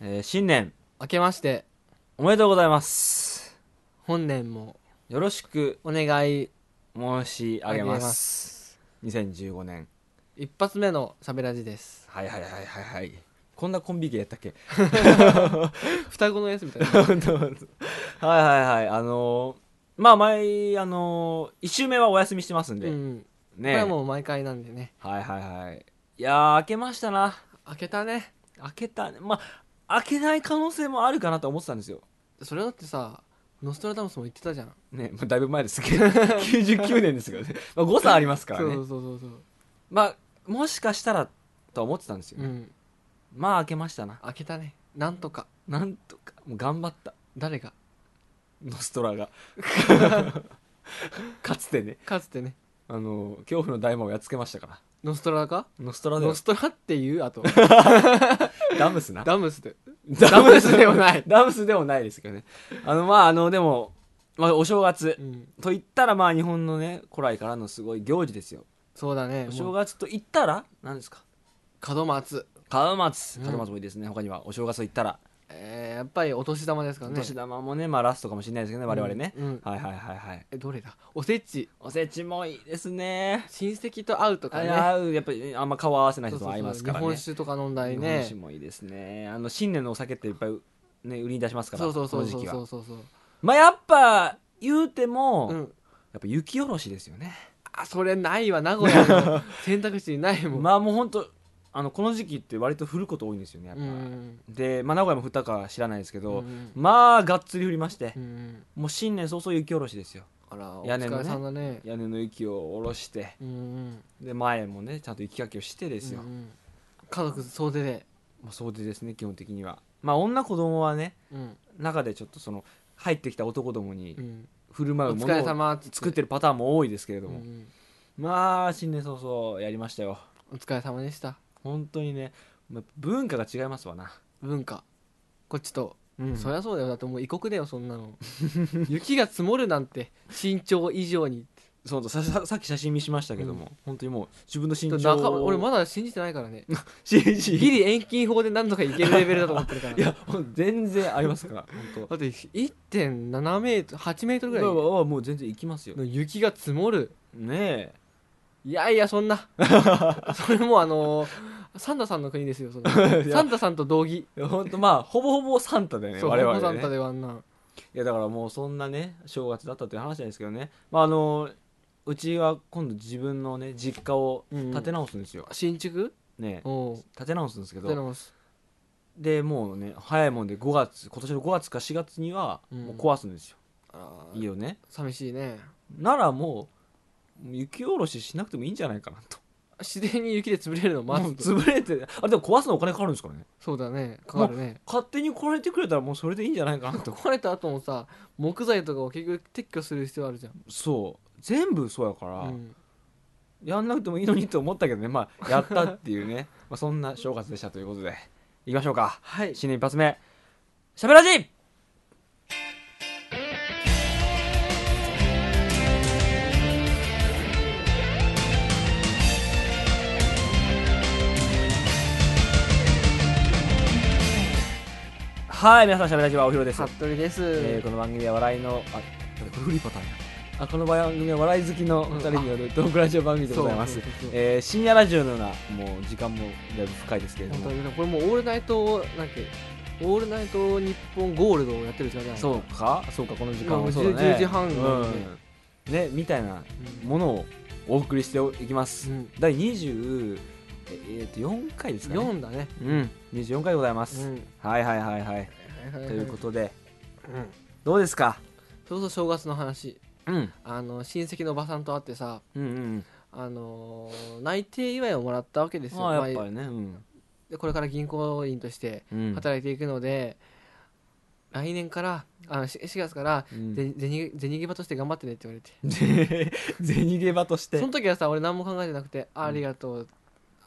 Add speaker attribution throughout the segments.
Speaker 1: えー新年
Speaker 2: 明けまして
Speaker 1: おめでとうございます
Speaker 2: 本年も
Speaker 1: よろしく
Speaker 2: お願い
Speaker 1: 申し上げ
Speaker 2: 上
Speaker 1: ま
Speaker 2: げます
Speaker 1: 2015年
Speaker 2: 一発目のしゃべらじです
Speaker 1: はいはいはいはいはいこんなコンビ芸やったっけ
Speaker 2: 双子のやつみたいな
Speaker 1: 本当本当はいはいはいあのーまあ前あのー、1週目はお休みしてますんで、
Speaker 2: うんこ
Speaker 1: ね
Speaker 2: れはもう毎回なんでね
Speaker 1: はいはいはいいやー明けましたな
Speaker 2: 明けたね
Speaker 1: 明けたねまあ明けない可能性もあるかなと思ってたんですよ
Speaker 2: それだってさノストラダムスも言ってたじゃん、
Speaker 1: ね、まあ、だいぶ前ですけ ど99年ですけどね、まあ、誤差ありますから
Speaker 2: そ
Speaker 1: ね
Speaker 2: うそうそうそう
Speaker 1: まあもしかしたらとは思ってたんですよ、
Speaker 2: うん
Speaker 1: まあ明けましたな
Speaker 2: 明けたねなんとか
Speaker 1: なんとかもう頑張った
Speaker 2: 誰が
Speaker 1: ノストラ がかつてね
Speaker 2: かつてね
Speaker 1: あの恐怖の大魔をやっつけましたから
Speaker 2: ノストラか
Speaker 1: ノストラで
Speaker 2: ノストラってい うあと
Speaker 1: ダムスな
Speaker 2: ダムスで
Speaker 1: ダ
Speaker 2: ムスではない
Speaker 1: ダムスでもないですけどねあのまああのでも、まあ、お正月
Speaker 2: うん
Speaker 1: と言ったらまあ日本のね古来からのすごい行事ですよ
Speaker 2: そうだね
Speaker 1: お正
Speaker 2: もう
Speaker 1: 月と言ったら何ですか
Speaker 2: 門松
Speaker 1: 門松
Speaker 2: うん
Speaker 1: 門松もいいですね、他にはお正月と言ったら
Speaker 2: えーやっぱりお年玉ですか
Speaker 1: お
Speaker 2: らね
Speaker 1: 年玉もねまあラストかもしれないですけどね我々ね、
Speaker 2: うんうん
Speaker 1: はいはいはいはい
Speaker 2: えどれだおせち
Speaker 1: おせちもいいですね
Speaker 2: 親戚と会うとか
Speaker 1: あ
Speaker 2: ね
Speaker 1: れ合うやっぱりあんま顔合わせない人も合いますからね
Speaker 2: そうそうそう日本酒とか飲んだり
Speaker 1: 日
Speaker 2: ね
Speaker 1: 本酒もいいですねあの新年のお酒っていっぱい、ね、売りに出しますから
Speaker 2: そうそうそう
Speaker 1: こ
Speaker 2: そ
Speaker 1: の
Speaker 2: う
Speaker 1: 時期
Speaker 2: そ
Speaker 1: は
Speaker 2: うそうそう
Speaker 1: まあやっぱ言うても、
Speaker 2: う
Speaker 1: やっ
Speaker 2: ん
Speaker 1: ぱ雪下ろしですよね
Speaker 2: あそれないわ名古屋 の選択肢にないもん、
Speaker 1: まあもう本当あのこの時期って割と降ること多いんですよねやっ
Speaker 2: う
Speaker 1: ぱ、
Speaker 2: ん
Speaker 1: で、まあ、名古屋も降ったか知らないですけど、
Speaker 2: うん
Speaker 1: まあがっつり降りまして
Speaker 2: う、ん
Speaker 1: もう新年早々雪下ろしですよ
Speaker 2: あらお
Speaker 1: 屋根
Speaker 2: 疲
Speaker 1: のね
Speaker 2: れさんだね
Speaker 1: 屋根の雪を下ろして
Speaker 2: うんうん
Speaker 1: で前もねちゃんと雪かきをしてですよ、
Speaker 2: うんうん家族総出で
Speaker 1: まあ、そうでですね基本的にはまあ女子供はね
Speaker 2: うん
Speaker 1: 中でちょっとその入ってきた男どもに
Speaker 2: うん
Speaker 1: 振る舞
Speaker 2: お
Speaker 1: うも
Speaker 2: 疲れ
Speaker 1: のを
Speaker 2: 様つ
Speaker 1: 作ってるパターンも多いですけれど
Speaker 2: うんう
Speaker 1: も、
Speaker 2: ん
Speaker 1: まあ新年早々やりましたよ
Speaker 2: お疲れ様でした
Speaker 1: 本当にねまあ文化が違いますわな、
Speaker 2: 文化こっちと
Speaker 1: うん
Speaker 2: そりゃそうだよだってもう異国だよそん なの雪が積もるなんて身長以上に
Speaker 1: そうださささっき写真見しましたけども、本当にもう自分の身長
Speaker 2: 中
Speaker 1: を
Speaker 2: 俺まだ信じてないからね
Speaker 1: 信
Speaker 2: ギ
Speaker 1: じ
Speaker 2: リ遠近法で何とかいけるレベルだと思ってるから
Speaker 1: いやほん全然あります から本
Speaker 2: だって1.7メートル8メート
Speaker 1: 当
Speaker 2: ル
Speaker 1: だ
Speaker 2: ぐ
Speaker 1: かららもう全然行きますよ
Speaker 2: いの雪が積もる
Speaker 1: ねえ
Speaker 2: いやいやそ んなそれもあのーサンタさんの国ですよそ んなサンタさんと同義
Speaker 1: いや本当まあほぼほぼサンタだよね
Speaker 2: そう
Speaker 1: 我々ね
Speaker 2: サンタではあんない
Speaker 1: やだからもうそんなね正月だったという話なんですけどねまああのうちは今度自分のね実家を建て直すんですよ、
Speaker 2: 新築
Speaker 1: ね
Speaker 2: おう
Speaker 1: 建て直すんですけ
Speaker 2: で
Speaker 1: ど
Speaker 2: も
Speaker 1: でもうね早いもんで5月今年の5月か4月には
Speaker 2: うん
Speaker 1: もう壊すんですよ、
Speaker 2: あー
Speaker 1: 家をね
Speaker 2: 寂しいね
Speaker 1: ならもう雪下ろししなくてもいいんじゃないかなと
Speaker 2: 自然に雪で潰れるのを待
Speaker 1: もう
Speaker 2: つ と
Speaker 1: 潰れてあれでも壊すのお金かかるんですからね
Speaker 2: そうだねかかるね
Speaker 1: 勝手に壊れてくれたらもう それでいいんじゃないかなと
Speaker 2: 壊れた後もさ木材とかを結局撤去する必要あるじゃん
Speaker 1: そう全部そうやから、
Speaker 2: うん
Speaker 1: やんなくてもいいのにと思ったけどねまあやったっていうねまあそんな正月でしたということでいきましょうか
Speaker 2: はい
Speaker 1: 新年一発目しゃべらじはい皆さんしゃべらじはおひろです、
Speaker 2: 服部です
Speaker 1: えーこの番組は笑いのあこれフリーパターンやあこの番組は笑い好きの2人によるトークラジオ番組でございます
Speaker 2: そうそうそうそう
Speaker 1: えー深夜ラジオのようなもう時間もだいぶ深いですけれど
Speaker 2: 本
Speaker 1: も
Speaker 2: 当にこれもうオールナイトなんかオールナイト日本ゴールドをやってるじゃない
Speaker 1: そうかそうかこの時間
Speaker 2: ま
Speaker 1: は
Speaker 2: あ
Speaker 1: そうだね
Speaker 2: 10時半なんで
Speaker 1: うんねみたいな
Speaker 2: うん
Speaker 1: ものをお送りしていきます、
Speaker 2: うん
Speaker 1: 第20ええーと4回ですかね
Speaker 2: 4だね
Speaker 1: うん24回でございま
Speaker 2: う
Speaker 1: す、
Speaker 2: ん
Speaker 1: はいはいはいはいと
Speaker 2: と
Speaker 1: いうことで
Speaker 2: うん
Speaker 1: どうですか
Speaker 2: そうそう正月の話
Speaker 1: うん
Speaker 2: あの親戚のおばさんと会ってさ
Speaker 1: うんうん
Speaker 2: あのー内定祝いをもらったわけですよ、
Speaker 1: まあやっ
Speaker 2: ま
Speaker 1: ぱりねうん、
Speaker 2: あでこれから銀行員として
Speaker 1: うん、
Speaker 2: 働いていくので、来年からあし4月から
Speaker 1: うん
Speaker 2: ぜ銭銭ゲバとして頑張ってねって言われて
Speaker 1: で銭ゲバとして
Speaker 2: その時はさ俺何も考えてなくて「あありがとう、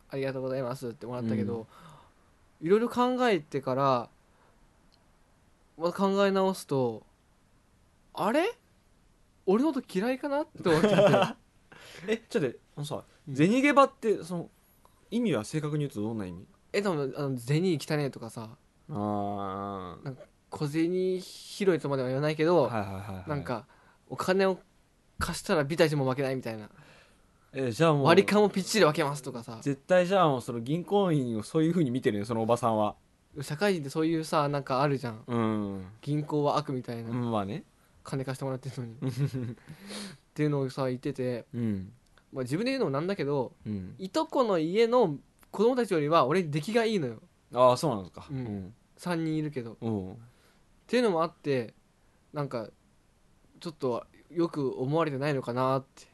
Speaker 2: ありがとうございます」ってもらったけど、いろいろ考えてから、まあ、考え直すとあれ俺のこと嫌いかなって思っ ちゃって
Speaker 1: えちょっとあのさ
Speaker 2: うん
Speaker 1: 銭ゲバってその意味は正確に言うとどんな意味
Speaker 2: えでもあの銭汚ねえとかさ
Speaker 1: あ
Speaker 2: 小銭拾いとまでは言わないけ
Speaker 1: あ
Speaker 2: ど、
Speaker 1: はいはいはいはい
Speaker 2: なんかお金を貸したらビタジも負けないみたいな
Speaker 1: えじゃあもう
Speaker 2: 割り勘をぴっちり分けますとかさ
Speaker 1: 絶対じゃあもうその銀行員をそういうふうに見てるよそのおばさんは
Speaker 2: 社会人ってそういうさなんかあるじゃん
Speaker 1: うん、
Speaker 2: 銀行は悪みたいな、
Speaker 1: うん、まあね
Speaker 2: 金貸して もらってるのにっていうのをさ言ってて、
Speaker 1: うん
Speaker 2: まあ、自分で言うのもなんだけど
Speaker 1: うん
Speaker 2: いとこの家の子供たちよりは俺出来がいいのよ
Speaker 1: ああそうなんですか
Speaker 2: うん3人いるけどっ
Speaker 1: うんうん
Speaker 2: ていうのもあってなんかちょっとよく思われてないのかなって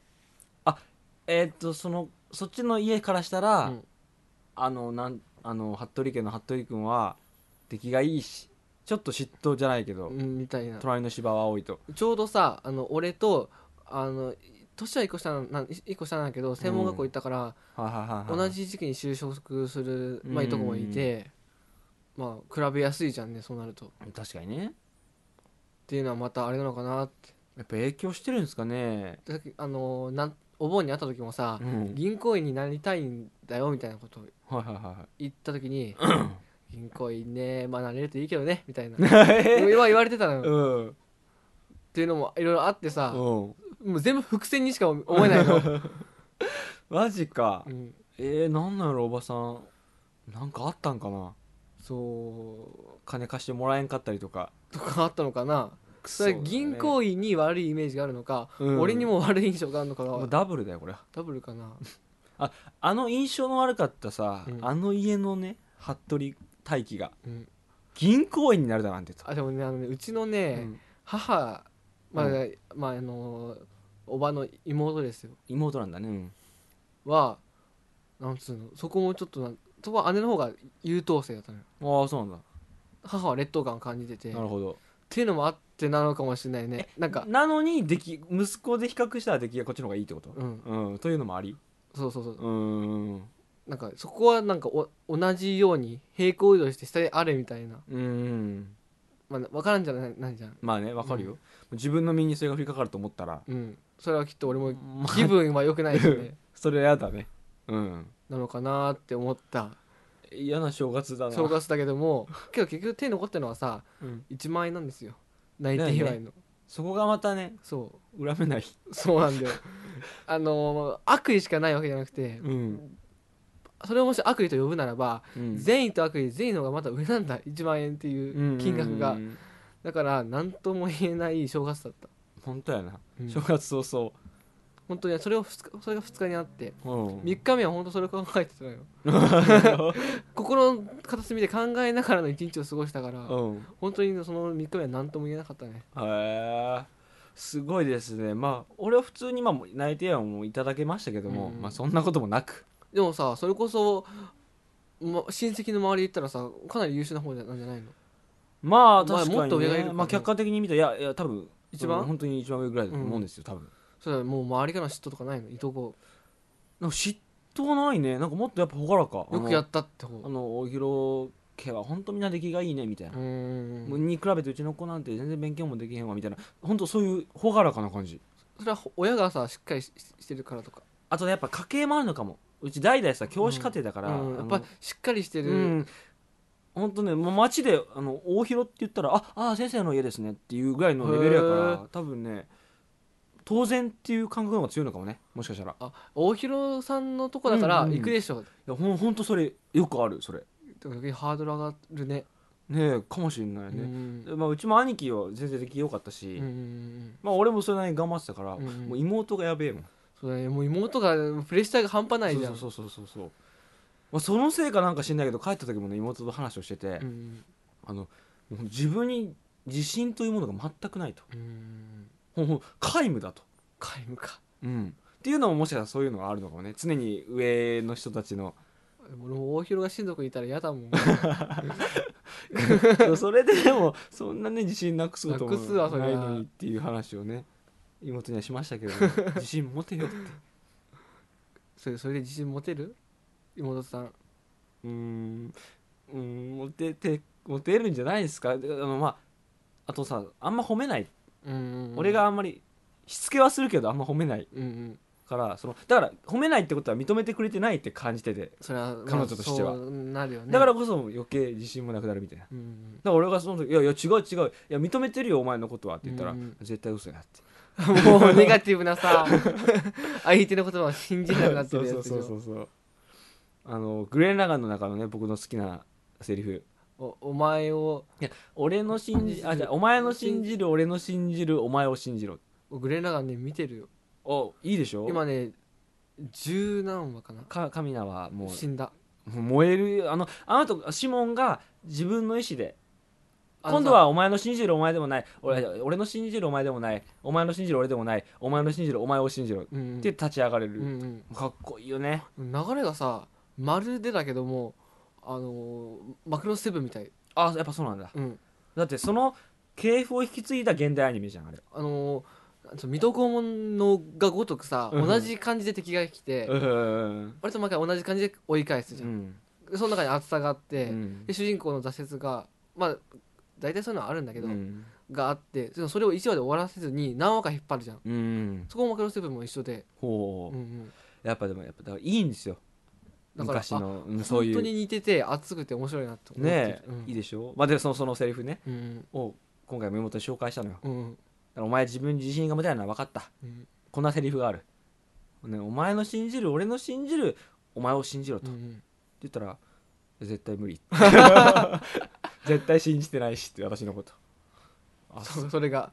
Speaker 1: えーっとそのそっちの家からしたら、
Speaker 2: うん
Speaker 1: あのなんあの服部家の服部君は出来がいいしちょっと嫉妬じゃないけど、
Speaker 2: うんみたいな
Speaker 1: 隣の芝は青いと
Speaker 2: ちょうどさあの俺とあの年は1個下なんなん一個下なんだけど専門学校行ったから、
Speaker 1: はいはいはいはい
Speaker 2: 同じ時期に就職する、まあ、いとこもいて、まあ比べやすいじゃんねそうなるとっ
Speaker 1: 確かにね
Speaker 2: ていうのはまたあれなのかなって
Speaker 1: やっぱ影響してるんですかね
Speaker 2: でさっきあのなんお盆に会った時もさ、
Speaker 1: うん
Speaker 2: 銀行員になりたいんだよみたいなこと
Speaker 1: はいはいは
Speaker 2: 言った時に「銀行員ねまあなれるといいけどね」みたいな
Speaker 1: いはい
Speaker 2: 今言われてた のよっ
Speaker 1: うん
Speaker 2: ていうのもいろいろあってさ
Speaker 1: うん
Speaker 2: もう全部伏線にしか思えないの、
Speaker 1: マジか
Speaker 2: うん、
Speaker 1: えー、なんなんやろおばさんなんかあったんかな
Speaker 2: そう
Speaker 1: 金貸してもらえんかったりとか
Speaker 2: とかあったのかな
Speaker 1: く
Speaker 2: それ銀行員に悪いイメージがあるのか、
Speaker 1: うん
Speaker 2: 俺にも悪い印象があるのか
Speaker 1: もう
Speaker 2: が
Speaker 1: ダブルだよこれ
Speaker 2: ダブルかな
Speaker 1: あの印象の悪かったさ、
Speaker 2: うん
Speaker 1: あの家のね服部大輝が
Speaker 2: うん
Speaker 1: 銀行員になるだなんてと、
Speaker 2: あでもねあのねうちのね、
Speaker 1: うん
Speaker 2: 母まあ、まああのーおばの妹ですよ
Speaker 1: 妹なんだね、うん
Speaker 2: はなんつうのそこもちょっとなんそこは姉の方が優等生だったのよ
Speaker 1: ああそうなんだ、
Speaker 2: 母は劣等感を感じててっ
Speaker 1: なるほど
Speaker 2: ていうのもあってなのかもしれないねなんか
Speaker 1: なのに出来息子で比較したら出来がこっちの方がいいってこと
Speaker 2: うん
Speaker 1: うん、というのもあり
Speaker 2: そうそうそうう
Speaker 1: ーん
Speaker 2: なんかそこはなんかお同じように平行移動して下であるみたいな、
Speaker 1: うーん
Speaker 2: まあ、分からんじゃないないじゃん
Speaker 1: まあねわかるよ、自分の身にそれが降りかかると思ったら
Speaker 2: うんそれはきっと俺も
Speaker 1: まあ
Speaker 2: 気分は良くないで すね
Speaker 1: それは嫌だねうん
Speaker 2: なのかなって思った
Speaker 1: 嫌な正月だな
Speaker 2: 正月だけどもけど結局手に残ってるのはさ
Speaker 1: うん
Speaker 2: 1万円なんですよ内定祝いの、
Speaker 1: そこがまたね
Speaker 2: そ
Speaker 1: 恨めないう
Speaker 2: そうなんだよあの悪意しかないわけじゃなくて
Speaker 1: うん、
Speaker 2: それをもし悪意と呼ぶならば、
Speaker 1: うん
Speaker 2: 善意と悪意善意の方がまた上なんだ1万円っていう金額が、
Speaker 1: うん
Speaker 2: だから何とも言えない正月だった、
Speaker 1: 本当やな、
Speaker 2: うん
Speaker 1: 正月早
Speaker 2: 本当にそれを2日それが2日にあって
Speaker 1: 々うん
Speaker 2: 3日目は本当それを考えてたのよ心の片隅で考えながらの一日を過ごしたから、
Speaker 1: うん
Speaker 2: 本当にその3日目は何とも言えなかったね
Speaker 1: へえすごいですねまあ俺は普通にまあ内定はもういただけましたけども、
Speaker 2: うん
Speaker 1: まあ、そんなこともなく
Speaker 2: でもさそれこそ、ま、親戚の周りで言ったらさかなり優秀な方じゃなんじゃないの
Speaker 1: まあ
Speaker 2: ま
Speaker 1: 確か
Speaker 2: あ
Speaker 1: に、ね
Speaker 2: もっと上がいるからね
Speaker 1: まあ、客観的に見たらいやいや多分
Speaker 2: 一番
Speaker 1: うん本当に一番上ぐらいだと思うんですよ、多分
Speaker 2: それはもう周りからの嫉妬とかないのいとこ
Speaker 1: なんか嫉妬はないねなんかもっとやっぱ朗らか
Speaker 2: よくや
Speaker 1: っ
Speaker 2: ったって方
Speaker 1: あ
Speaker 2: う
Speaker 1: の大広家は本当みんな出来がいいねみたいな
Speaker 2: ー、ん
Speaker 1: もうに比べてうちの子なんて全然勉強もできへんわみたいな本当そういう朗らかな感じ
Speaker 2: それはほ親がさしっかりししてるからとか
Speaker 1: あとねやっぱ家系もあるのかもうち代々さ教師家庭だから、
Speaker 2: うん
Speaker 1: あ
Speaker 2: やっ
Speaker 1: の
Speaker 2: ぱしっかりしてる、
Speaker 1: うん本当ねもう街であの大広って言ったらああー先生の家ですねっていうぐらいのレベルやか
Speaker 2: へ
Speaker 1: ら多分ね当然っていう感覚の方が強いのかもねもしかしたら
Speaker 2: あ大広さんのとこだから
Speaker 1: うんうん
Speaker 2: 行くでしょ、
Speaker 1: いやほんほんとそれよくあるそれ
Speaker 2: でも逆にハードル上がるね
Speaker 1: ねえかもしれないうね、
Speaker 2: ん
Speaker 1: でまあ、うちも兄貴は全然できよかったし、
Speaker 2: うんうんうん
Speaker 1: まあ俺もそれなりに頑張ってたから、
Speaker 2: うんうん
Speaker 1: もう妹がやべえもん
Speaker 2: そうだねもう妹がプレッシャーが半端ないじゃん
Speaker 1: そうそうそうそうそう、まあ、そのせいかなんか知んないけど帰った時もね妹と話をしてて、
Speaker 2: うん
Speaker 1: あのもう自分に自信というものが全くないと
Speaker 2: うんうん
Speaker 1: ほんほん皆無だと
Speaker 2: 皆無か
Speaker 1: うん、っていうのももしかしたらそういうのがあるのかもね常に上の人たちの
Speaker 2: 俺も大広が親族いたら嫌 だもん
Speaker 1: それ ででもそんなね自信なくすことも
Speaker 2: なくすわそりゃ
Speaker 1: ないのにっていう話をね妹にはしましたけど、ね、 自信持てよって
Speaker 2: それそれで自信持てる妹さん
Speaker 1: うーんうーん持てて持てるんじゃないですかであのまああとさあんま褒めない、
Speaker 2: うんうんうん
Speaker 1: 俺があんまりしつけはするけどあんま褒めない
Speaker 2: うんうん
Speaker 1: からそのだから褒めないってことは認めてくれてないって感じてて
Speaker 2: それはまあ
Speaker 1: 彼女としては
Speaker 2: そうなるよね
Speaker 1: だからこそ余計自信もなくなるみたいな。
Speaker 2: うんうん
Speaker 1: だから俺がその時「いやいや違う違ういや認めてるよお前のことは」って言ったら「
Speaker 2: うん
Speaker 1: 絶対嘘や」って
Speaker 2: もうネガティブ なさ相手の言葉を信じなくなって
Speaker 1: そ
Speaker 2: る
Speaker 1: う
Speaker 2: やつ
Speaker 1: そ
Speaker 2: で
Speaker 1: う
Speaker 2: し
Speaker 1: そうそう
Speaker 2: ょ
Speaker 1: そうあのグレーラガンの中のね僕の好きなセリフ
Speaker 2: おお前を
Speaker 1: 「俺の信じあじゃあお前の信じる俺の信じるお前を信じろ
Speaker 2: グレーラガンね見てるよ」
Speaker 1: おいいでしょ
Speaker 2: 今ね十何話かな
Speaker 1: か神名はもう
Speaker 2: 死んだ
Speaker 1: もう燃えるあのあのとシモンが自分の意思で
Speaker 2: あのさ
Speaker 1: 今度はお前の信じるお前でもない俺俺の信じるお前でもないお前の信じる俺でもないお前の信じるお前を信じろっ
Speaker 2: うんうん
Speaker 1: て立ち上がれ
Speaker 2: う
Speaker 1: る、
Speaker 2: ん
Speaker 1: かっこいいよね
Speaker 2: うん、流れがさまるでだけどもあのーマクロセブンみたい、
Speaker 1: あやっぱそうなんだ
Speaker 2: うん、
Speaker 1: だってその系譜を引き継いだ現代アニメじゃんあれ、
Speaker 2: あのーなんつうの水戸黄門のがごとくさ、
Speaker 1: うん
Speaker 2: 同じ感じで敵が来て、
Speaker 1: うん
Speaker 2: 割と毎回同じ感じで追い返すじゃん、その中に厚さがあって、で主人公の挫折がまあ大体そういうのはあるんだけど、
Speaker 1: うん
Speaker 2: があってでもそれを1話で終わらせずに何話か引っ張るじゃん
Speaker 1: うん
Speaker 2: そこもマクロセブンも一緒で、
Speaker 1: ほ
Speaker 2: う
Speaker 1: うん
Speaker 2: うん、
Speaker 1: やっぱでもやっぱだからいいんですよ
Speaker 2: だから
Speaker 1: 昔のうんそう
Speaker 2: 本
Speaker 1: い
Speaker 2: 当
Speaker 1: う
Speaker 2: に
Speaker 1: ね
Speaker 2: 似てて熱くて面白いなと思って
Speaker 1: え
Speaker 2: る、うん
Speaker 1: いいでしょまあでそのそのセリフね
Speaker 2: うん
Speaker 1: を今回メモと紹介したのよだか
Speaker 2: うんうん
Speaker 1: らお前自分に自信が持てないのは分かった
Speaker 2: うん
Speaker 1: こんなセリフがある、ね、お前の信じる俺の信じるお前を信じろと
Speaker 2: う
Speaker 1: って
Speaker 2: ん
Speaker 1: 言ったら絶対 無理絶対信じてないしって私のことあ
Speaker 2: そうそれが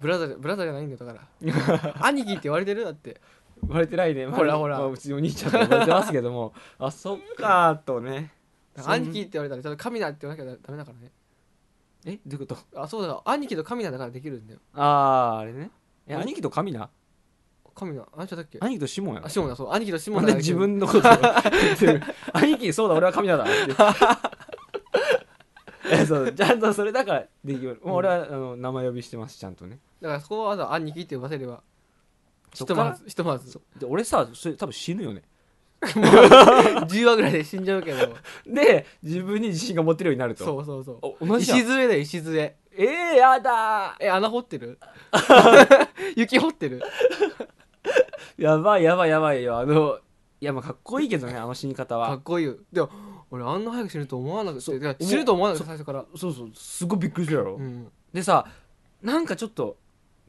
Speaker 2: ブラザーブラザーじゃないんだよだから 兄貴って言われてるだって
Speaker 1: 言われてないね、まあ
Speaker 2: ほらほら
Speaker 1: まあうちのお兄ちゃんと言われてますけども あそっかーとね
Speaker 2: だから兄貴って言われたらちょっと神なんって言わなきゃダメだからね
Speaker 1: えどういうこと
Speaker 2: あそうだ兄貴と神なんだからできるんだよ
Speaker 1: ああーあれねえ
Speaker 2: うん
Speaker 1: 兄貴と神な
Speaker 2: 神なんあんちゃだっけ
Speaker 1: 兄貴とシモンや
Speaker 2: あシモンだそう兄貴とシモ
Speaker 1: な
Speaker 2: ン
Speaker 1: ん
Speaker 2: だ
Speaker 1: で
Speaker 2: からでき
Speaker 1: 自
Speaker 2: る
Speaker 1: 分のことを言って る兄貴そうだ俺は神だだって えそうちゃんとそれだからできるもう俺はあの名前呼びしてますちゃんとね
Speaker 2: だからそこはさ兄貴って呼ばせればひ
Speaker 1: そっ
Speaker 2: と
Speaker 1: か
Speaker 2: ま
Speaker 1: ら
Speaker 2: ずひとまず
Speaker 1: で俺さそれ多分死ぬよね
Speaker 2: 10話ぐらいで死んじゃうけど
Speaker 1: で自分に自信が持てるようになると
Speaker 2: そうそうそう
Speaker 1: お同じじゃん
Speaker 2: 礎だよ礎
Speaker 1: えー、やだ
Speaker 2: え穴掘ってる 雪掘ってる
Speaker 1: ーやばいやばいやばいよあのいやまあかっこいいけどねあの死に方は
Speaker 2: かっこいいよでも俺あんな早く死ぬと思わなく
Speaker 1: そう
Speaker 2: ててか
Speaker 1: 思う
Speaker 2: 死ぬと思わなくて最初から
Speaker 1: そうそうすごいびっくりするやろ、
Speaker 2: うん
Speaker 1: でさなんかちょっと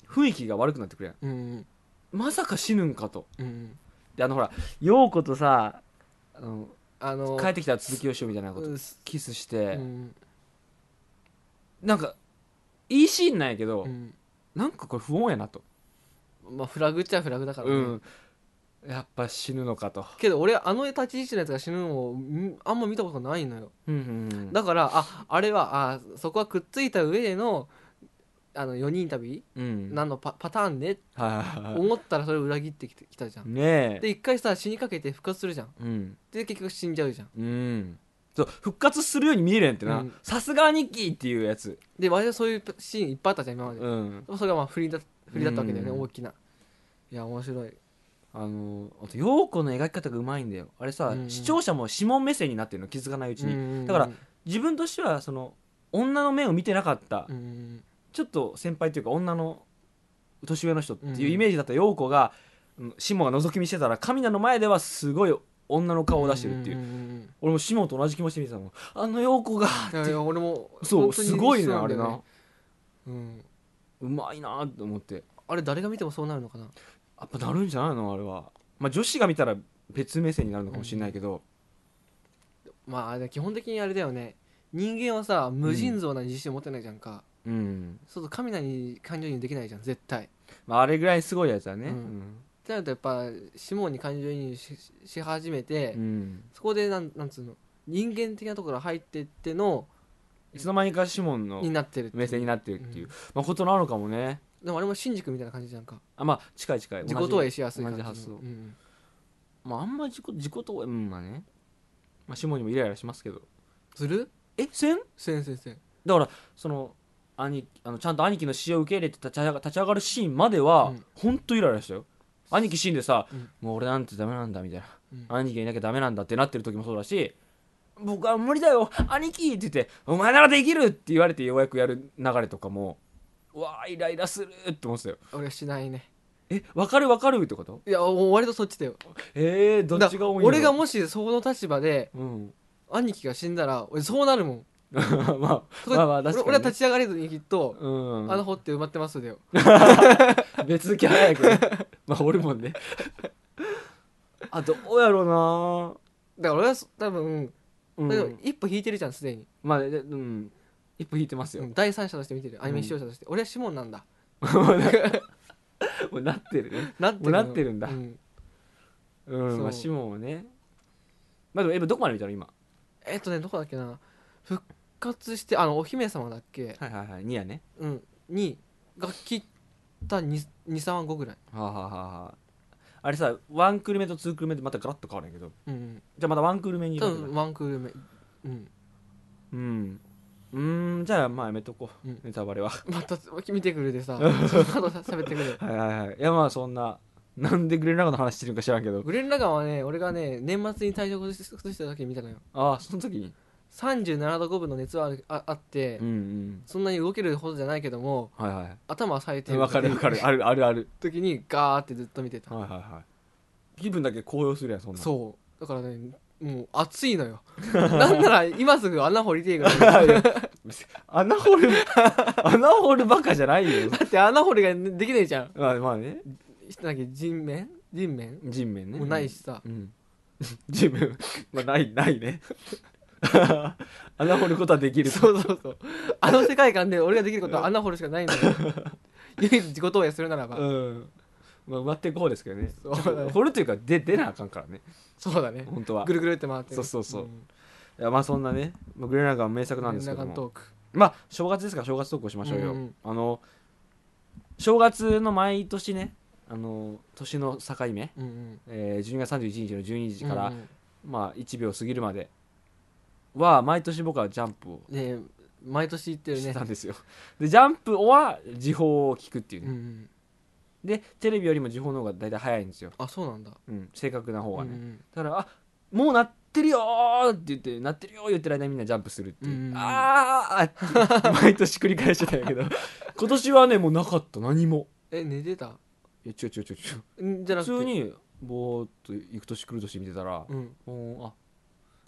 Speaker 1: 雰囲気が悪くなってくるやん
Speaker 2: うん
Speaker 1: まさか死ぬんかと
Speaker 2: うん
Speaker 1: であのほら陽子とさあの
Speaker 2: あの
Speaker 1: 帰ってきたら続きをしようみたいなこと、
Speaker 2: うんす
Speaker 1: キスし
Speaker 2: う
Speaker 1: て、
Speaker 2: ん
Speaker 1: なんかいいシーンなんやけど、
Speaker 2: うん
Speaker 1: なんかこれ不穏やなと、
Speaker 2: まあフラグっちゃフラグだから
Speaker 1: う
Speaker 2: ね
Speaker 1: んやっぱ死ぬのかと、
Speaker 2: けど俺あの立ち位置のやつが死ぬのをんあんま見たことないのよ
Speaker 1: うんうんうん
Speaker 2: だからああれはあそこはくっついた上でのあの4人旅
Speaker 1: うん
Speaker 2: 何のパパターンねって
Speaker 1: はいはいはい
Speaker 2: 思ったらそれを裏切ってきてきたじゃん
Speaker 1: ねえ
Speaker 2: で一回さ死にかけて復活するじゃん
Speaker 1: うん
Speaker 2: で結局死んじゃうじゃん
Speaker 1: うんそう復活するように見えるやんって
Speaker 2: う
Speaker 1: なんさすが兄貴っていうやつ
Speaker 2: で割とそういうシーンいっぱいあったじゃん今まで、
Speaker 1: うん
Speaker 2: それがまあ振りだ振りだったわけだよね、
Speaker 1: うん
Speaker 2: 大きないや面白い
Speaker 1: あのあと陽子の描き方がうまいんだよあれさ、
Speaker 2: うん
Speaker 1: 視聴者も指紋目線になってるの気づかないうちに、だ
Speaker 2: だ
Speaker 1: から
Speaker 2: か
Speaker 1: ら、自分としてはその女の面を見てなかった、
Speaker 2: うんうん
Speaker 1: ちょっと先輩というか女の年上の人って
Speaker 2: うん
Speaker 1: いうイメージだった陽子がうんシモが覗き見してたら神奈の前ではすごい女の顔を出してるっていう、
Speaker 2: んんん
Speaker 1: 俺もシモと同じ気持ちで見てたもんあの陽子が
Speaker 2: いやいや俺も
Speaker 1: そう
Speaker 2: 本当に
Speaker 1: すごい
Speaker 2: そ
Speaker 1: ね
Speaker 2: うな
Speaker 1: あ
Speaker 2: ん
Speaker 1: れ
Speaker 2: だよね
Speaker 1: な
Speaker 2: うん
Speaker 1: うまいなと思って
Speaker 2: あれ誰が見てもそうなるのかな
Speaker 1: やっぱなるんじゃないのあれは、まあ、女子が見たら別目線になるのかもしれないけど、
Speaker 2: まああれ基本的にあれだよね人間はさ無尽蔵な自信を持ってないじゃんか、
Speaker 1: うん
Speaker 2: そうすると神なに感情移入できないじゃん絶対っ
Speaker 1: まあ、あれぐらいすごいやつだね
Speaker 2: うてなるとやっぱシモンに感情移入ししし始めて、
Speaker 1: うんうん
Speaker 2: そこでなんなんつうの人間的なところ入ってっての
Speaker 1: いつの間にかシモンの
Speaker 2: になってるっていう
Speaker 1: 目線になってるっていう、
Speaker 2: うん
Speaker 1: まあ、ことなのかもね
Speaker 2: でもあれも新宿みたいな感じじゃんか
Speaker 1: あまあ近い近い
Speaker 2: 自
Speaker 1: 同
Speaker 2: 己
Speaker 1: じ
Speaker 2: 投影しやすい感じの
Speaker 1: 同じ発想
Speaker 2: うん
Speaker 1: まああんま自己自己投影うんまあね、まあ、シモンにもイライラしますけど
Speaker 2: する
Speaker 1: えせん
Speaker 2: せんせんせん
Speaker 1: だからその兄あのちゃんと兄貴の死を受け入れて立ち上が立ち上がるシーンまでは、
Speaker 2: うん
Speaker 1: ほんとイライラしたよ兄貴死んでさ、
Speaker 2: うん
Speaker 1: もう俺なんてダメなんだみたいな、
Speaker 2: うん
Speaker 1: 兄貴がいなきゃダメなんだってなってる時もそうだし僕は無理だよ兄貴って言ってお前ならできるって言われてようやくやる流れとかもうわあイライラするって思ってたよ
Speaker 2: 俺はしないね
Speaker 1: えわかるわかるってこと
Speaker 2: いやもう割とそっちだよ
Speaker 1: えー、どっちが多い
Speaker 2: だ俺が
Speaker 1: も
Speaker 2: もしその立場で
Speaker 1: うん
Speaker 2: 兄貴が死んだら俺そうなるもん
Speaker 1: まあま
Speaker 2: そこで
Speaker 1: あまあ確かにね、
Speaker 2: 俺俺は立ち上がれずにきっと、
Speaker 1: うん、
Speaker 2: あの掘って埋まってますだよ
Speaker 1: 別キャラやけどねまあおるもんねあどうやろう
Speaker 2: だから俺はそ多分、
Speaker 1: な
Speaker 2: だけ
Speaker 1: う
Speaker 2: ど
Speaker 1: ん
Speaker 2: 一歩引いてるじゃんすでに、
Speaker 1: まあでうん一歩引いてますよ、
Speaker 2: うん第三者として見てるアニメ視聴者として、俺はシモンなんだ
Speaker 1: もうなってるね
Speaker 2: なって
Speaker 1: もうなってるんだ
Speaker 2: う
Speaker 1: うん
Speaker 2: そう
Speaker 1: まあシモンはねまあでもえどこまで見たの今
Speaker 2: えっとねどこだっけな復活してあのお姫様だっけ、
Speaker 1: はいはいはいニアね
Speaker 2: うん、にが切った23話後ぐらい、
Speaker 1: はあ、はあはあはあ、あれさワンクール目とツークール目でまたガラッと変わるんやけど
Speaker 2: うん
Speaker 1: じゃあまたワンクール目
Speaker 2: う
Speaker 1: に
Speaker 2: ん、
Speaker 1: 行
Speaker 2: 多
Speaker 1: くわけだ
Speaker 2: 分ワンクール目 うん
Speaker 1: うんうーんじゃあまあやめとこう、
Speaker 2: うん
Speaker 1: ネタバレは
Speaker 2: また見てくるで さその後喋ってくる
Speaker 1: はいはいはいいやまあそんななんでグレンラガーの話してるんか知らんけど
Speaker 2: グレン・ラガンはね俺がね年末に退職した時に見たのよ
Speaker 1: ああその時に
Speaker 2: 37度5分の熱はあるああって、
Speaker 1: うんうん
Speaker 2: そんなに動けるほどじゃないけども
Speaker 1: はいはい
Speaker 2: 頭は冴えて
Speaker 1: わかるわ かるあるあるある
Speaker 2: 時にガーってずっと見てた、
Speaker 1: はいはいはい気分だけ高揚するやんそんな
Speaker 2: そうだからねもう暑いのよ なんなら今すぐ穴掘りてえぐらいだ
Speaker 1: 穴掘る 穴掘るバカじゃないよ
Speaker 2: って穴掘りができねえじゃん
Speaker 1: まあまあね
Speaker 2: なんだっけ人面人面、
Speaker 1: 人面ね
Speaker 2: もうないしさ
Speaker 1: うん 人面 まあないないね 穴掘ることはできる
Speaker 2: そうそう そうあの世界観で俺ができることは穴掘るしかないんだよ唯一自己投影するならば、
Speaker 1: うんまあ埋まっていこうですけどね
Speaker 2: そうだね
Speaker 1: 掘るというか出出なあかんからね
Speaker 2: そうだね
Speaker 1: 本当は
Speaker 2: ぐるぐるって回ってる
Speaker 1: そうそうそうんいやまあそんなねまあグレナガン名作なんですけど
Speaker 2: 連絡
Speaker 1: も
Speaker 2: トーク
Speaker 1: まあ正月ですから正月投稿しましょうよ、
Speaker 2: うんうん
Speaker 1: あの正月の毎年ねあの年の境目、
Speaker 2: うんうん
Speaker 1: えー、12月31日の12時から、
Speaker 2: うんうん
Speaker 1: まあ1秒過ぎるまでは毎年僕はジャンプを
Speaker 2: ね毎年言ってる
Speaker 1: し
Speaker 2: ね
Speaker 1: たんですよ、でジャンプは時報を聞くっていう
Speaker 2: うん
Speaker 1: ね、
Speaker 2: うん
Speaker 1: でテレビよりも時報の方が大体早いんですよ、
Speaker 2: あそうなんだ
Speaker 1: うん、正確な方がね、
Speaker 2: うんうん
Speaker 1: だからあもうなってるよーって言ってなってるよー言ってる間にみんなジャンプするっていう、
Speaker 2: うんうん
Speaker 1: あーあ毎年繰り返してたんやけ ど今年はねもうなかった何も
Speaker 2: え寝てた
Speaker 1: いや違う違う違う違うん
Speaker 2: じゃな
Speaker 1: 普通
Speaker 2: くて
Speaker 1: にぼーっと行く年来る年見てたら、
Speaker 2: うん
Speaker 1: もうあ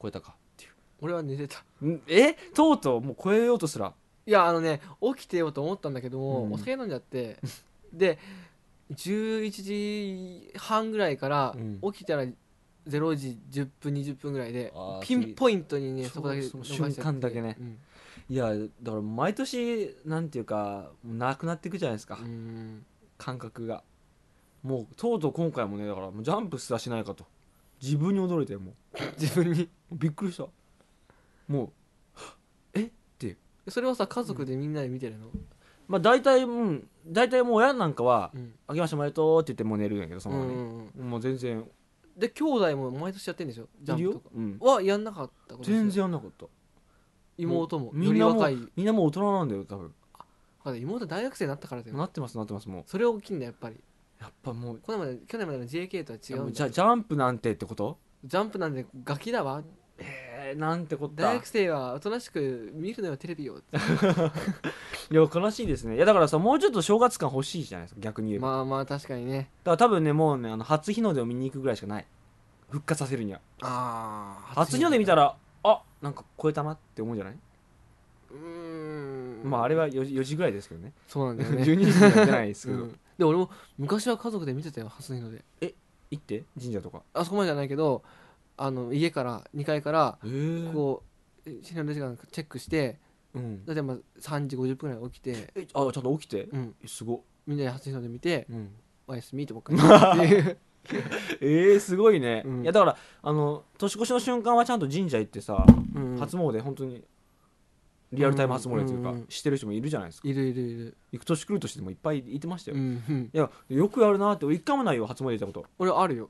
Speaker 1: 超えたかってい
Speaker 2: 俺は寝てた
Speaker 1: うんえとうとうもう超えようとすら
Speaker 2: いやあのね起きてようと思ったんだけども、
Speaker 1: うん
Speaker 2: お酒飲んじゃってで11時半ぐらいから
Speaker 1: うん
Speaker 2: 起きたら0時10分20分ぐらいで
Speaker 1: あー
Speaker 2: ピンポイントにね
Speaker 1: そう
Speaker 2: そこだけ
Speaker 1: その
Speaker 2: 逃しちゃって
Speaker 1: 瞬間だけね
Speaker 2: うん
Speaker 1: いやだから毎年なんていうかもうなくなっていくじゃないですか、
Speaker 2: うん
Speaker 1: 感覚がもうとうとう今回もねだからもうジャンプすらしないかと自分に驚いてもう
Speaker 2: 自分に
Speaker 1: びっくりしたもうえって
Speaker 2: それはさ家族でみんなで見てるの、
Speaker 1: まあ大体うん大体もう親なんかは
Speaker 2: うん
Speaker 1: 「明けましておめでとう」って言ってもう寝るんやけどそのまま
Speaker 2: う
Speaker 1: ね、
Speaker 2: んうん
Speaker 1: もう全然
Speaker 2: うんで兄弟も毎年やってんでしょジャ
Speaker 1: いる
Speaker 2: ンプと
Speaker 1: よ
Speaker 2: か、
Speaker 1: うん、
Speaker 2: はやんなかったことですよ
Speaker 1: 全然やんなかった
Speaker 2: 妹も
Speaker 1: み
Speaker 2: よ
Speaker 1: ん
Speaker 2: り
Speaker 1: なも
Speaker 2: 若いう
Speaker 1: みんなもう大人なんだよ多分
Speaker 2: あ妹大学生になったからだよ
Speaker 1: なってますなってますもう
Speaker 2: それ大きいんだやっぱり
Speaker 1: やっぱもう
Speaker 2: これまで去年までの JK とは違
Speaker 1: いやも
Speaker 2: う
Speaker 1: うんジ
Speaker 2: だ
Speaker 1: ャジャンプなんてってこと
Speaker 2: ジャンプなんでガキだわ
Speaker 1: えー、なんてこった
Speaker 2: 大学生はおとなしく見るのよテレビを
Speaker 1: いや悲しいですねいやだからさもうちょっと正月感欲しいじゃないですか逆に言えば、
Speaker 2: まあまあ確かにね
Speaker 1: だから多分ねもうねあの初日の出を見に行くぐらいしかない復活させるには
Speaker 2: ああ
Speaker 1: 初日の出見たらあなんか超えたなって思うんじゃない、
Speaker 2: うーん
Speaker 1: まああれは 4, 時4時ぐらいですけどね
Speaker 2: そうなんだよ
Speaker 1: 12
Speaker 2: ね
Speaker 1: 時には出ないですけど、
Speaker 2: うんで俺も昔は家族で見てたよ初日の出
Speaker 1: 行って神社とか
Speaker 2: あそこまでじゃないけどあの家から2階から
Speaker 1: へえ
Speaker 2: こう日の出時間チェックして
Speaker 1: うん、
Speaker 2: だってまあ3時50分ぐらいに起きて
Speaker 1: えあちゃんと起きて
Speaker 2: うん
Speaker 1: えすご、
Speaker 2: みんなで初日の出見て
Speaker 1: うん、
Speaker 2: おやすみって僕が言って
Speaker 1: えー、すごいね、
Speaker 2: うん
Speaker 1: いやだからあの年越しの瞬間はちゃんと神社行ってさ、
Speaker 2: うん
Speaker 1: 初詣本当にリアルタイム初詣というか、
Speaker 2: うんうん
Speaker 1: してる人もいるじゃないですか
Speaker 2: いるいるいる、
Speaker 1: 行く年来る年でもいっぱいいてましたよ、
Speaker 2: う
Speaker 1: い
Speaker 2: んうん、
Speaker 1: やよくやるなって俺一回もないよ初詣行ったこと
Speaker 2: 俺あるよ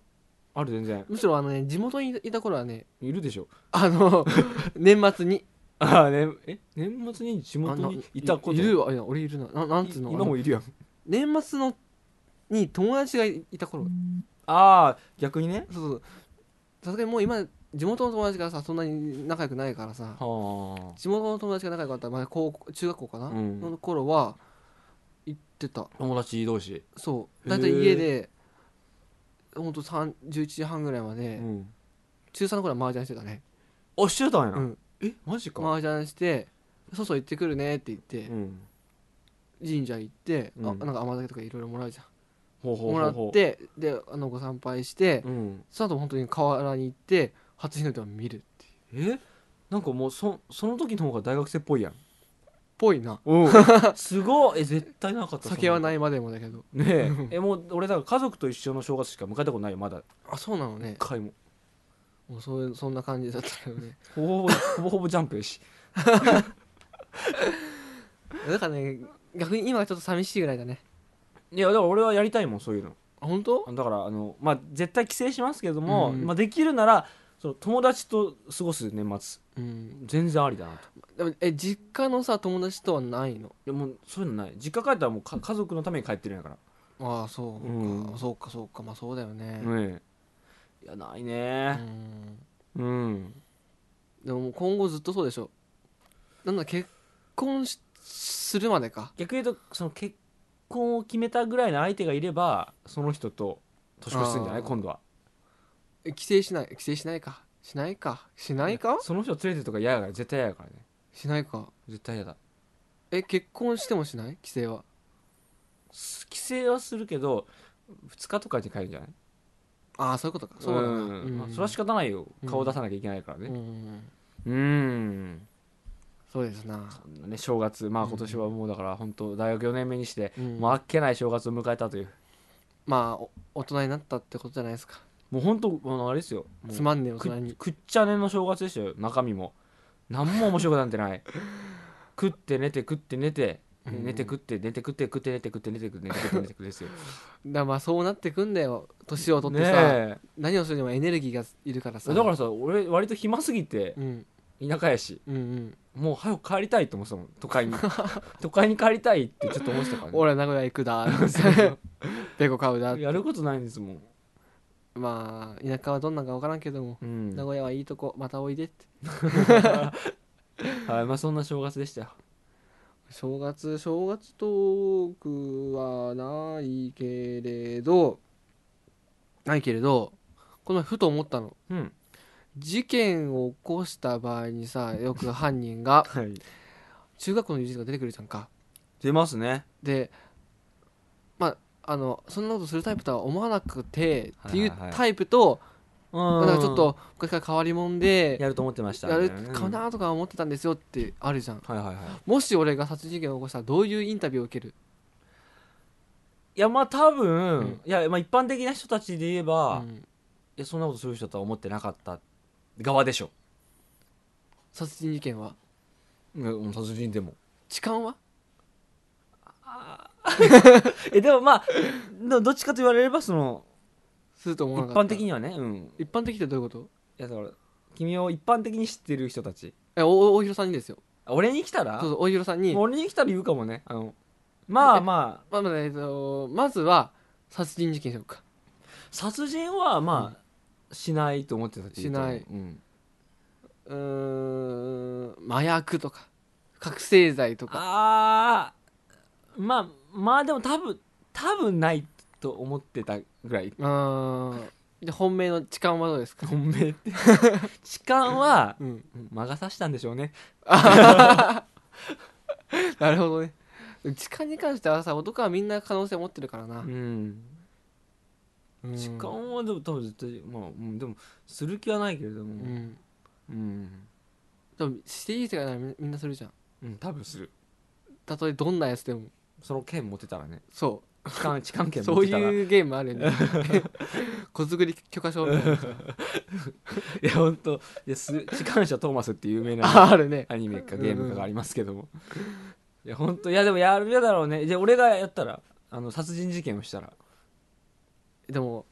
Speaker 1: ある全然
Speaker 2: むしろあのね地元にいた頃はね
Speaker 1: いるでしょ
Speaker 2: あの年末に
Speaker 1: ああねえ年末に地元にいたこと
Speaker 2: いるわいや俺いるなななんつうの
Speaker 1: 今もいるやん
Speaker 2: あの年末のに友達がいた頃
Speaker 1: ああ逆にね
Speaker 2: そうそうさすがにもう今地元の友達がさそんなに仲良くないからさ
Speaker 1: は
Speaker 2: 地元の友達が仲良かったまあ高校中学校かな、
Speaker 1: うん
Speaker 2: の頃は行ってた
Speaker 1: 友達同士、
Speaker 2: そ
Speaker 1: へー
Speaker 2: う大体家でほんと3 11時半ぐらいま
Speaker 1: う
Speaker 2: で、
Speaker 1: ん、
Speaker 2: 中3の頃は麻雀してたね
Speaker 1: あしてたんや、
Speaker 2: うん
Speaker 1: えマジか、
Speaker 2: 麻雀して「そうそう行ってくるね」って言って
Speaker 1: う、ん、
Speaker 2: 神社行って、
Speaker 1: うん
Speaker 2: あなんか甘酒とかいろいろもらうじゃん
Speaker 1: ほうほう
Speaker 2: も
Speaker 1: ほ
Speaker 2: ら
Speaker 1: うほう
Speaker 2: ってであのご参拝して、
Speaker 1: うん、
Speaker 2: その後本当に河原に行って初日の出を見るっていう
Speaker 1: えなんかもうそその時の方が大学生っぽいやん
Speaker 2: ぽいな
Speaker 1: うん すごいえ絶対なかった
Speaker 2: 酒はないいまでもだけど
Speaker 1: ねえ えもう俺だから家族と一緒の正月しか迎えたことないよまだ
Speaker 2: あそうなのね
Speaker 1: 一回も
Speaker 2: もうそういうそんな感じだったよね
Speaker 1: ほぼほぼほぼほぼジャンプやし
Speaker 2: だからね逆に今はちょっと寂しいぐらいだね
Speaker 1: いやだから俺はやりたいもんそういうの
Speaker 2: あ本当
Speaker 1: だからあの、まあ、絶対帰省しますけども、
Speaker 2: うん
Speaker 1: まあ、できるならその友達と過ごす年末
Speaker 2: うん
Speaker 1: 全然ありだなと
Speaker 2: でもえ実家のさ友達とはないの
Speaker 1: でもそういうのない実家帰ったらもうか家族のために帰ってるんやから
Speaker 2: ああそうか、
Speaker 1: うん
Speaker 2: そうかそうかまあそうだよ
Speaker 1: ね
Speaker 2: ね
Speaker 1: えいやないうね
Speaker 2: ん
Speaker 1: うん、
Speaker 2: でももう今後ずっとそうでしょなんだ結婚しするまでか
Speaker 1: 逆に言うとその結婚を決めたぐらいの相手がいればその人と年越しするんじゃな
Speaker 2: あ
Speaker 1: い
Speaker 2: ー
Speaker 1: 今度は
Speaker 2: え帰省しない帰省しないかしないかしないか
Speaker 1: その人連れてるとか嫌やから絶対嫌やからね
Speaker 2: しないか
Speaker 1: 絶対嫌だ
Speaker 2: え結婚してもしない帰省は
Speaker 1: す帰省はするけど2日とかに帰るんじゃない
Speaker 2: ああそういうことかそうだな
Speaker 1: うん
Speaker 2: うん
Speaker 1: まあそれは仕方ないよ
Speaker 2: うん
Speaker 1: 顔出さなきゃいけないから
Speaker 2: う
Speaker 1: ね
Speaker 2: ん
Speaker 1: うん
Speaker 2: そうですな、
Speaker 1: そんなね正月まあ今年はもうだから本当大学4年目にして、
Speaker 2: うん
Speaker 1: もうあっけない正月を迎えたという
Speaker 2: まあお大人になったってことじゃないですか
Speaker 1: もう本当あのあれですよもう
Speaker 2: つまんねえ大人
Speaker 1: く
Speaker 2: に
Speaker 1: くっちゃねの正月でしたよ中身も何も面白くなんてない 食って寝て食って寝て
Speaker 2: うん
Speaker 1: 寝て食って寝て食って食って寝て食って寝て食って寝て食って寝て食って ですよ
Speaker 2: だからまあそうなってくんだよ年を取っ
Speaker 1: ね
Speaker 2: てさ、
Speaker 1: え
Speaker 2: 何をするにもエネルギーがいるからさ
Speaker 1: だからさ俺割と暇すぎて
Speaker 2: うん
Speaker 1: 田舎やし
Speaker 2: うんうん
Speaker 1: もう早く帰りたいと思ってたもん都会 に都会に帰りたいってちょっと思ってたからね
Speaker 2: 俺は名古屋行く だペコ買うだ
Speaker 1: やることないんですもん、
Speaker 2: まあ田舎はどんなんか分からんけども、
Speaker 1: うん
Speaker 2: 名古屋はいいとこまたおいでって
Speaker 1: はいまあ、そんな正月でしたよ
Speaker 2: 正月正月トークはないけれどないけれどこの前ふと思ったの
Speaker 1: うん
Speaker 2: 事件を起こした場合にさよく犯人が
Speaker 1: はい
Speaker 2: 中学校の友人が出てくるじゃんか
Speaker 1: 出ますね
Speaker 2: でまああのそんなことするタイプとは思わなくてっていう
Speaker 1: はいはいはい
Speaker 2: タイプと、
Speaker 1: うん
Speaker 2: なんかちょっと昔から変わり者で
Speaker 1: やると思ってました
Speaker 2: やる
Speaker 1: みたい
Speaker 2: かなとか思ってたんですよってあるじゃん
Speaker 1: うんはいはいはい
Speaker 2: もし俺が殺人事件を起こしたらどういうインタビューを受ける
Speaker 1: いやまあ多分、
Speaker 2: うん
Speaker 1: いやまあ一般的な人たちで言えば、
Speaker 2: う
Speaker 1: い
Speaker 2: ん
Speaker 1: やそんなことする人とは思ってなかった側でしょ、
Speaker 2: 殺人事件は
Speaker 1: うん、殺人でも
Speaker 2: 痴漢は
Speaker 1: えでもまあどどっちかと言われればその
Speaker 2: すると思
Speaker 1: 一
Speaker 2: わなかった
Speaker 1: 般的にはねうん
Speaker 2: 一般的ってどういうこと
Speaker 1: いやだから君を一般的に知ってる人たち
Speaker 2: えおお大広さんにですよ
Speaker 1: あ俺に来たら
Speaker 2: そうそう大広さんに、ま
Speaker 1: 俺に来たら言うかもねあのまあまあ
Speaker 2: あまあえっと、まずは殺人事件しようか
Speaker 1: 殺人はまあ、しないと思ってたってうと
Speaker 2: しない
Speaker 1: うん、
Speaker 2: うーん麻薬とか覚醒剤とか
Speaker 1: ああまあまあでも多分多分ないと思ってたぐらいう
Speaker 2: ーんで本命の痴漢はどうですか
Speaker 1: 本 命って痴漢は
Speaker 2: うん
Speaker 1: 魔が差したんでしょうね
Speaker 2: なるほどね痴漢に関してはさ男はみんな可能性持ってるからな
Speaker 1: う、ん
Speaker 2: うん
Speaker 1: 痴漢はでも多分絶対まあ、うん、でもする気はないけれど
Speaker 2: う
Speaker 1: も
Speaker 2: ん
Speaker 1: うん、
Speaker 2: でもしていい世界ならみみんなするじゃん
Speaker 1: うん、多分する
Speaker 2: たとえどんなやつでも
Speaker 1: その剣持ってたらね
Speaker 2: そ
Speaker 1: 痴 漢痴漢
Speaker 2: う
Speaker 1: 剣
Speaker 2: そ
Speaker 1: 持っ
Speaker 2: う
Speaker 1: てたら
Speaker 2: いうゲームあるよ ね 子作り許可証みたいなさ
Speaker 1: いや本当いやす痴漢者トーマスっていう有名な
Speaker 2: ああるね
Speaker 1: アニメかゲームかがありますけども、いや本当いやでもやるやだろうねじゃあ俺がやったらあの殺人事件をしたら
Speaker 2: でも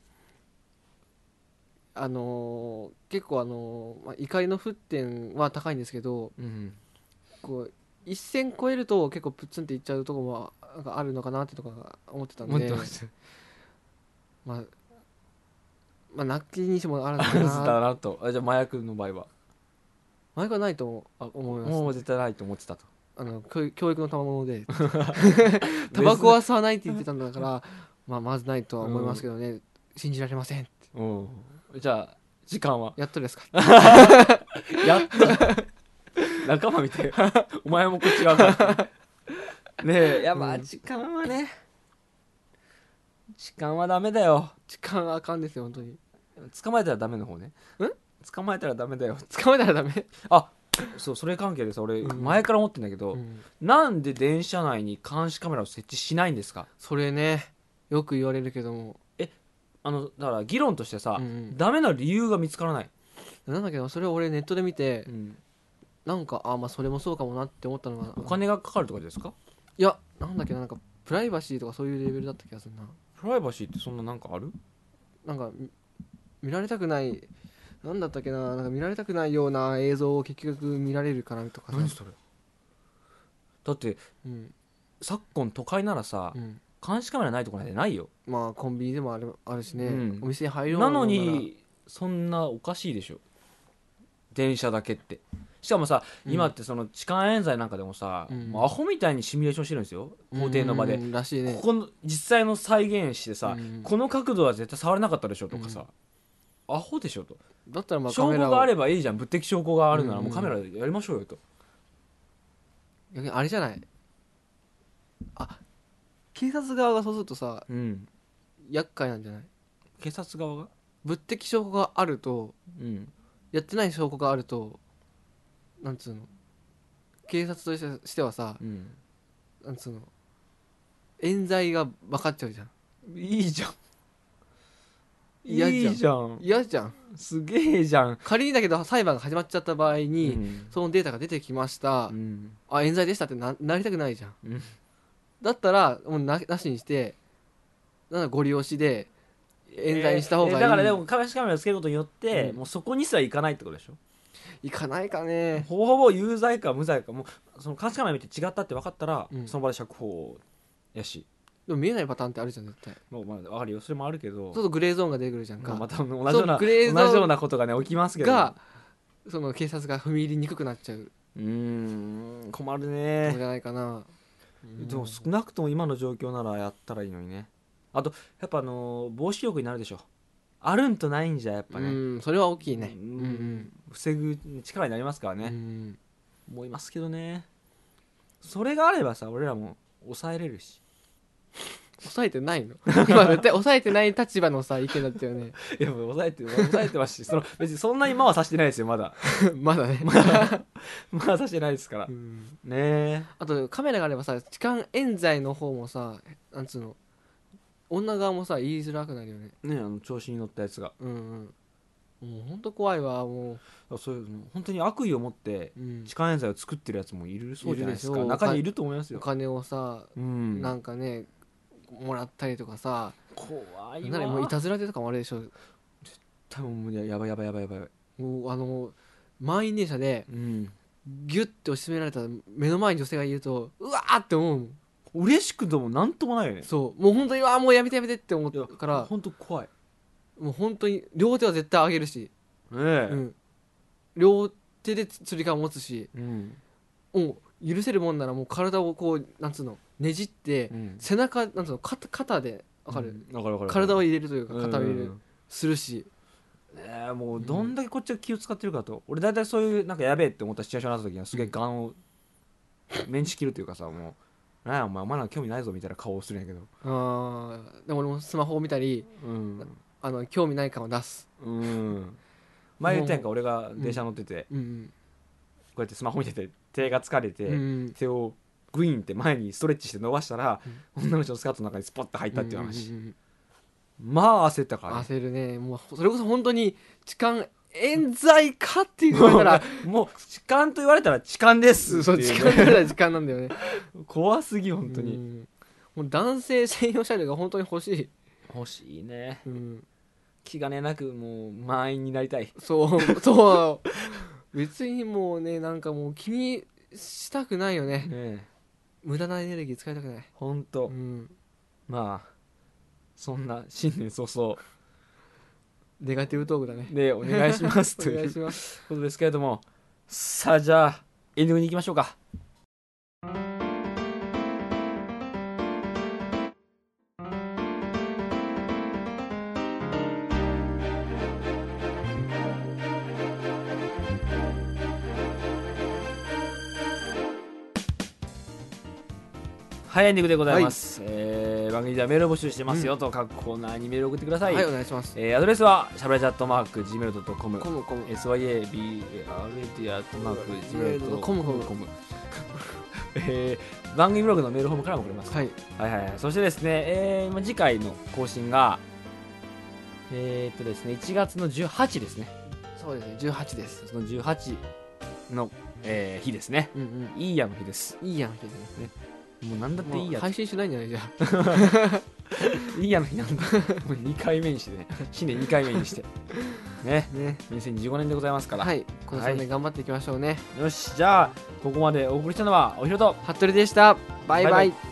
Speaker 2: あのー結構あのーまあ、怒りの沸点は高いんですけど
Speaker 1: うん
Speaker 2: こう一線超えると結構プッツンっていっちゃうとこもなんかあるのかなってとか思ってたん
Speaker 1: 思っ
Speaker 2: で
Speaker 1: てました
Speaker 2: まあまあ泣きにしてもあるの
Speaker 1: あ
Speaker 2: か
Speaker 1: るんだ
Speaker 2: な
Speaker 1: なとあじゃあ麻薬の場合は
Speaker 2: 前からないと思う思います
Speaker 1: もう絶対ないと思ってたと
Speaker 2: ああの教教育の賜物 でタバコは吸わないって言ってたんだからまあまずないとは思いますけどね、信じられません
Speaker 1: うんじゃあ時間は
Speaker 2: やっとですか
Speaker 1: やった 仲間見て お前もこっち側からねえやっぱ
Speaker 2: うん
Speaker 1: 時間はね時間はダメだよ
Speaker 2: 時間はあかんですよ本当に
Speaker 1: 捕まえたらダメの方ね
Speaker 2: ん
Speaker 1: 捕まえたらダメだよ
Speaker 2: 捕まえたらダメ、
Speaker 1: そうそれ関係でさ俺
Speaker 2: うん
Speaker 1: 前から思ってんだけど、なんで電車内に監視カメラを設置しないんですか
Speaker 2: それねよく言われるけども
Speaker 1: あのだから議論としてさ、
Speaker 2: うんうん
Speaker 1: ダメな理由が見つからない、
Speaker 2: なんだっけどそれを俺ネットで見てなんかあまあそれもそうかもなって思ったのが
Speaker 1: お金がかかるとかですか
Speaker 2: いやなんだっけどなんかプライバシーとかそういうレベルだった気がするな
Speaker 1: プライバシーってそんななんかある
Speaker 2: なんかみ見られたくないなんだったっけななんか見られたくないような映像を結局見られるからとかさ
Speaker 1: それだって
Speaker 2: うん
Speaker 1: 昨今都会ならさ、
Speaker 2: うん
Speaker 1: 監視カメラないとこなんてないよ
Speaker 2: まあコンビニでもあるあるしね、
Speaker 1: うん
Speaker 2: お店に入ろう
Speaker 1: なの
Speaker 2: もら
Speaker 1: にそんなおかしいでしょ電車だけってしかもさ、
Speaker 2: うん
Speaker 1: 今ってその痴漢冤罪なんかでもさ、
Speaker 2: うん
Speaker 1: もうアホみたいにシミュレーションしてるんですよ法廷の場で、
Speaker 2: うんらしいね
Speaker 1: ここの実際の再現してさ、
Speaker 2: うん
Speaker 1: この角度は絶対触れなかったでしょとかさ、アホでしょと、
Speaker 2: だったらまあカ
Speaker 1: 証
Speaker 2: メ
Speaker 1: 拠
Speaker 2: ラ
Speaker 1: があ
Speaker 2: を
Speaker 1: ればいいじゃん物的証拠があるなら
Speaker 2: うん
Speaker 1: もうカメラやりましょうよと、
Speaker 2: 逆にあれじゃないあ警察側がそうするとさ
Speaker 1: うん
Speaker 2: 厄介なんじゃない
Speaker 1: 警察側が、
Speaker 2: 物的証拠があると
Speaker 1: うん、
Speaker 2: やってない証拠があるとなんつうの警察としてしてはさ
Speaker 1: うん、
Speaker 2: なんつうの冤罪が分かっちゃうじゃん
Speaker 1: いいじゃん
Speaker 2: 嫌じゃん
Speaker 1: いいじゃん
Speaker 2: 嫌じゃん
Speaker 1: すげえじゃん、
Speaker 2: 仮にだけど裁判が始まっちゃった場合
Speaker 1: う
Speaker 2: に、
Speaker 1: ん
Speaker 2: そのデータが出てきました、
Speaker 1: うん
Speaker 2: あ冤罪でしたってななりたくないじゃん、
Speaker 1: うん
Speaker 2: だったらもうななしにしてなんだご利用しで冤罪にした方がいい、
Speaker 1: えーだからでも監視カメラをつけることによって、
Speaker 2: うん
Speaker 1: もうそこにすら行かないってことでしょ
Speaker 2: いかないかね
Speaker 1: ほぼほぼ有罪か無罪かもうその監視カメラ見て違ったって分かったら、
Speaker 2: うん
Speaker 1: その場で釈放やし
Speaker 2: でも見えないパターンってあるじゃん絶対ち
Speaker 1: もうまあ分かるよそれもあるけ
Speaker 2: ょ
Speaker 1: ど
Speaker 2: っとグレーゾーンが出てくるじゃん
Speaker 1: ま
Speaker 2: か、
Speaker 1: あまた同じような
Speaker 2: そうグレーゾーン
Speaker 1: 同じようなことがね起きますけど
Speaker 2: がその警察が踏み入りにくくなっちゃう
Speaker 1: うーん困る
Speaker 2: の
Speaker 1: ね
Speaker 2: じゃないかな、うん
Speaker 1: でも少なくとも今の状況ならやったらいいのにねあとやっぱあのー防止力になるでしょあるんとないんじゃやっぱ
Speaker 2: う
Speaker 1: ね、
Speaker 2: んそれは大きいね
Speaker 1: う
Speaker 2: うんんうん
Speaker 1: 防ぐ力になりますから
Speaker 2: う
Speaker 1: ね、
Speaker 2: ん
Speaker 1: 思いますけどねそれがあればさ俺らも抑えれるし
Speaker 2: 抑えてないの 今絶対抑えてない立場のさ意見だったよね
Speaker 1: いやもう抑えて抑えてますしその別にそんなに魔はさしてないです よまだ
Speaker 2: まだね、
Speaker 1: 魔はさしてないですから
Speaker 2: う
Speaker 1: ね
Speaker 2: ん
Speaker 1: え
Speaker 2: あとカメラがあればさ痴漢冤罪の方もさなんつうの女側もさ言いづらくなるよね
Speaker 1: ねえあの調子に乗ったやつが
Speaker 2: うんうんもうほんと怖いわも
Speaker 1: そういうの本当に悪意を持って
Speaker 2: う、うん
Speaker 1: 痴漢冤罪を作ってるやつもいるそうじゃないです
Speaker 2: い
Speaker 1: か
Speaker 2: るでしょう
Speaker 1: 中にいると思います
Speaker 2: お
Speaker 1: よ、
Speaker 2: 金をさ、
Speaker 1: うん、
Speaker 2: なんかねもらったりとかさ
Speaker 1: 怖いわ
Speaker 2: なにもういたずらでとかもあれでしょ
Speaker 1: 多分もうややばいやばいやばいやばい、
Speaker 2: もうあの満員電車で
Speaker 1: うん、
Speaker 2: ギュッて押し詰められた目の前に女性がいるとうわーって思うもん
Speaker 1: 嬉しくてもなんともないよね
Speaker 2: そうもう本当にうわーもうやめてやめてって思
Speaker 1: いや
Speaker 2: うから
Speaker 1: 本当怖い
Speaker 2: もう本当に両手は絶対上げるし、
Speaker 1: ねえ
Speaker 2: うん、両手でつ釣り革持つし
Speaker 1: うん
Speaker 2: もう許せるもんならもう体をこうなんつうのねじって、
Speaker 1: うん
Speaker 2: 背中なんつうの肩肩でわか
Speaker 1: う
Speaker 2: る、
Speaker 1: んわかるわかる
Speaker 2: 体を
Speaker 1: を
Speaker 2: 入れるというか肩を入れる、するし
Speaker 1: ねえもうどんだけこっちが気を使ってるかと、俺大体そういうなんかやべえって思ったシチュエーションになった時にはすげえガンをメンチ切るというかさもう「なんやお前お前なんか興味ないぞ」みたいな顔をするんやけど
Speaker 2: あーでも俺もスマホを見たり
Speaker 1: うん
Speaker 2: あの興味ない感を出す、
Speaker 1: うん前言ったやんか俺が電車乗ってて、こ
Speaker 2: うん
Speaker 1: うやってスマホ見てて手が疲れて、
Speaker 2: うんうん、
Speaker 1: 手をグイーンって前にストレッチして伸ばしたら、女の人のスカートの中にスポッと入ったっていう話、
Speaker 2: うんうんうん
Speaker 1: まあ焦ったからね、
Speaker 2: 焦るねもうそれこそ本当に痴漢冤罪かって言われた ら
Speaker 1: もう痴漢と言われたら痴漢ですって
Speaker 2: そう
Speaker 1: い
Speaker 2: 痴
Speaker 1: う
Speaker 2: 漢
Speaker 1: ね
Speaker 2: ぐらい時間なんだよね
Speaker 1: 怖すぎ 本当に、
Speaker 2: うんもう男性専用車両が本当に欲しい、
Speaker 1: 欲しいね
Speaker 2: うん、
Speaker 1: 気兼ねなくもう満員になりたい
Speaker 2: そう、そう。別にもうね、なんかもう気にしたくないよね。
Speaker 1: ね
Speaker 2: 無駄なエネルギー使いたくない。
Speaker 1: 本
Speaker 2: う
Speaker 1: 当、
Speaker 2: ん。
Speaker 1: まあそんな新年早々
Speaker 2: ネガティブトークだね。
Speaker 1: でお願いしますと
Speaker 2: お願
Speaker 1: い
Speaker 2: いうします。
Speaker 1: ことですけれどもさあじゃあエンディングに行きましょうかはいエンディングでございます、えー番組ではメールを募集してますよと、各コーナーにメールを送ってください、
Speaker 2: はいお願いします
Speaker 1: えーアドレスはしゃべらチャットマーク Gmail.com
Speaker 2: コムコム
Speaker 1: syabrd.com えー番組ブログのメールフォームからも送れます、
Speaker 2: はい
Speaker 1: はいはいはい、そしてですね、えーまあ次回の更新がえーっとですね1月の18ですね
Speaker 2: そうですね18です
Speaker 1: その18の、えー日ですね
Speaker 2: うん
Speaker 1: いいやの日です
Speaker 2: うんいいやんけど
Speaker 1: もう何だっていい
Speaker 2: もう
Speaker 1: や
Speaker 2: 配信しないんじゃないじゃあ
Speaker 1: いいやの日なんだ もう2回目にしてね新年2回目に してね
Speaker 2: ね
Speaker 1: 2015年でございますから、
Speaker 2: はいこの3年頑張っていきましょうね
Speaker 1: よしじゃあここまでお送りしたのはおひろと
Speaker 2: 服部でしたバイバ
Speaker 1: バイ
Speaker 2: イ
Speaker 1: バ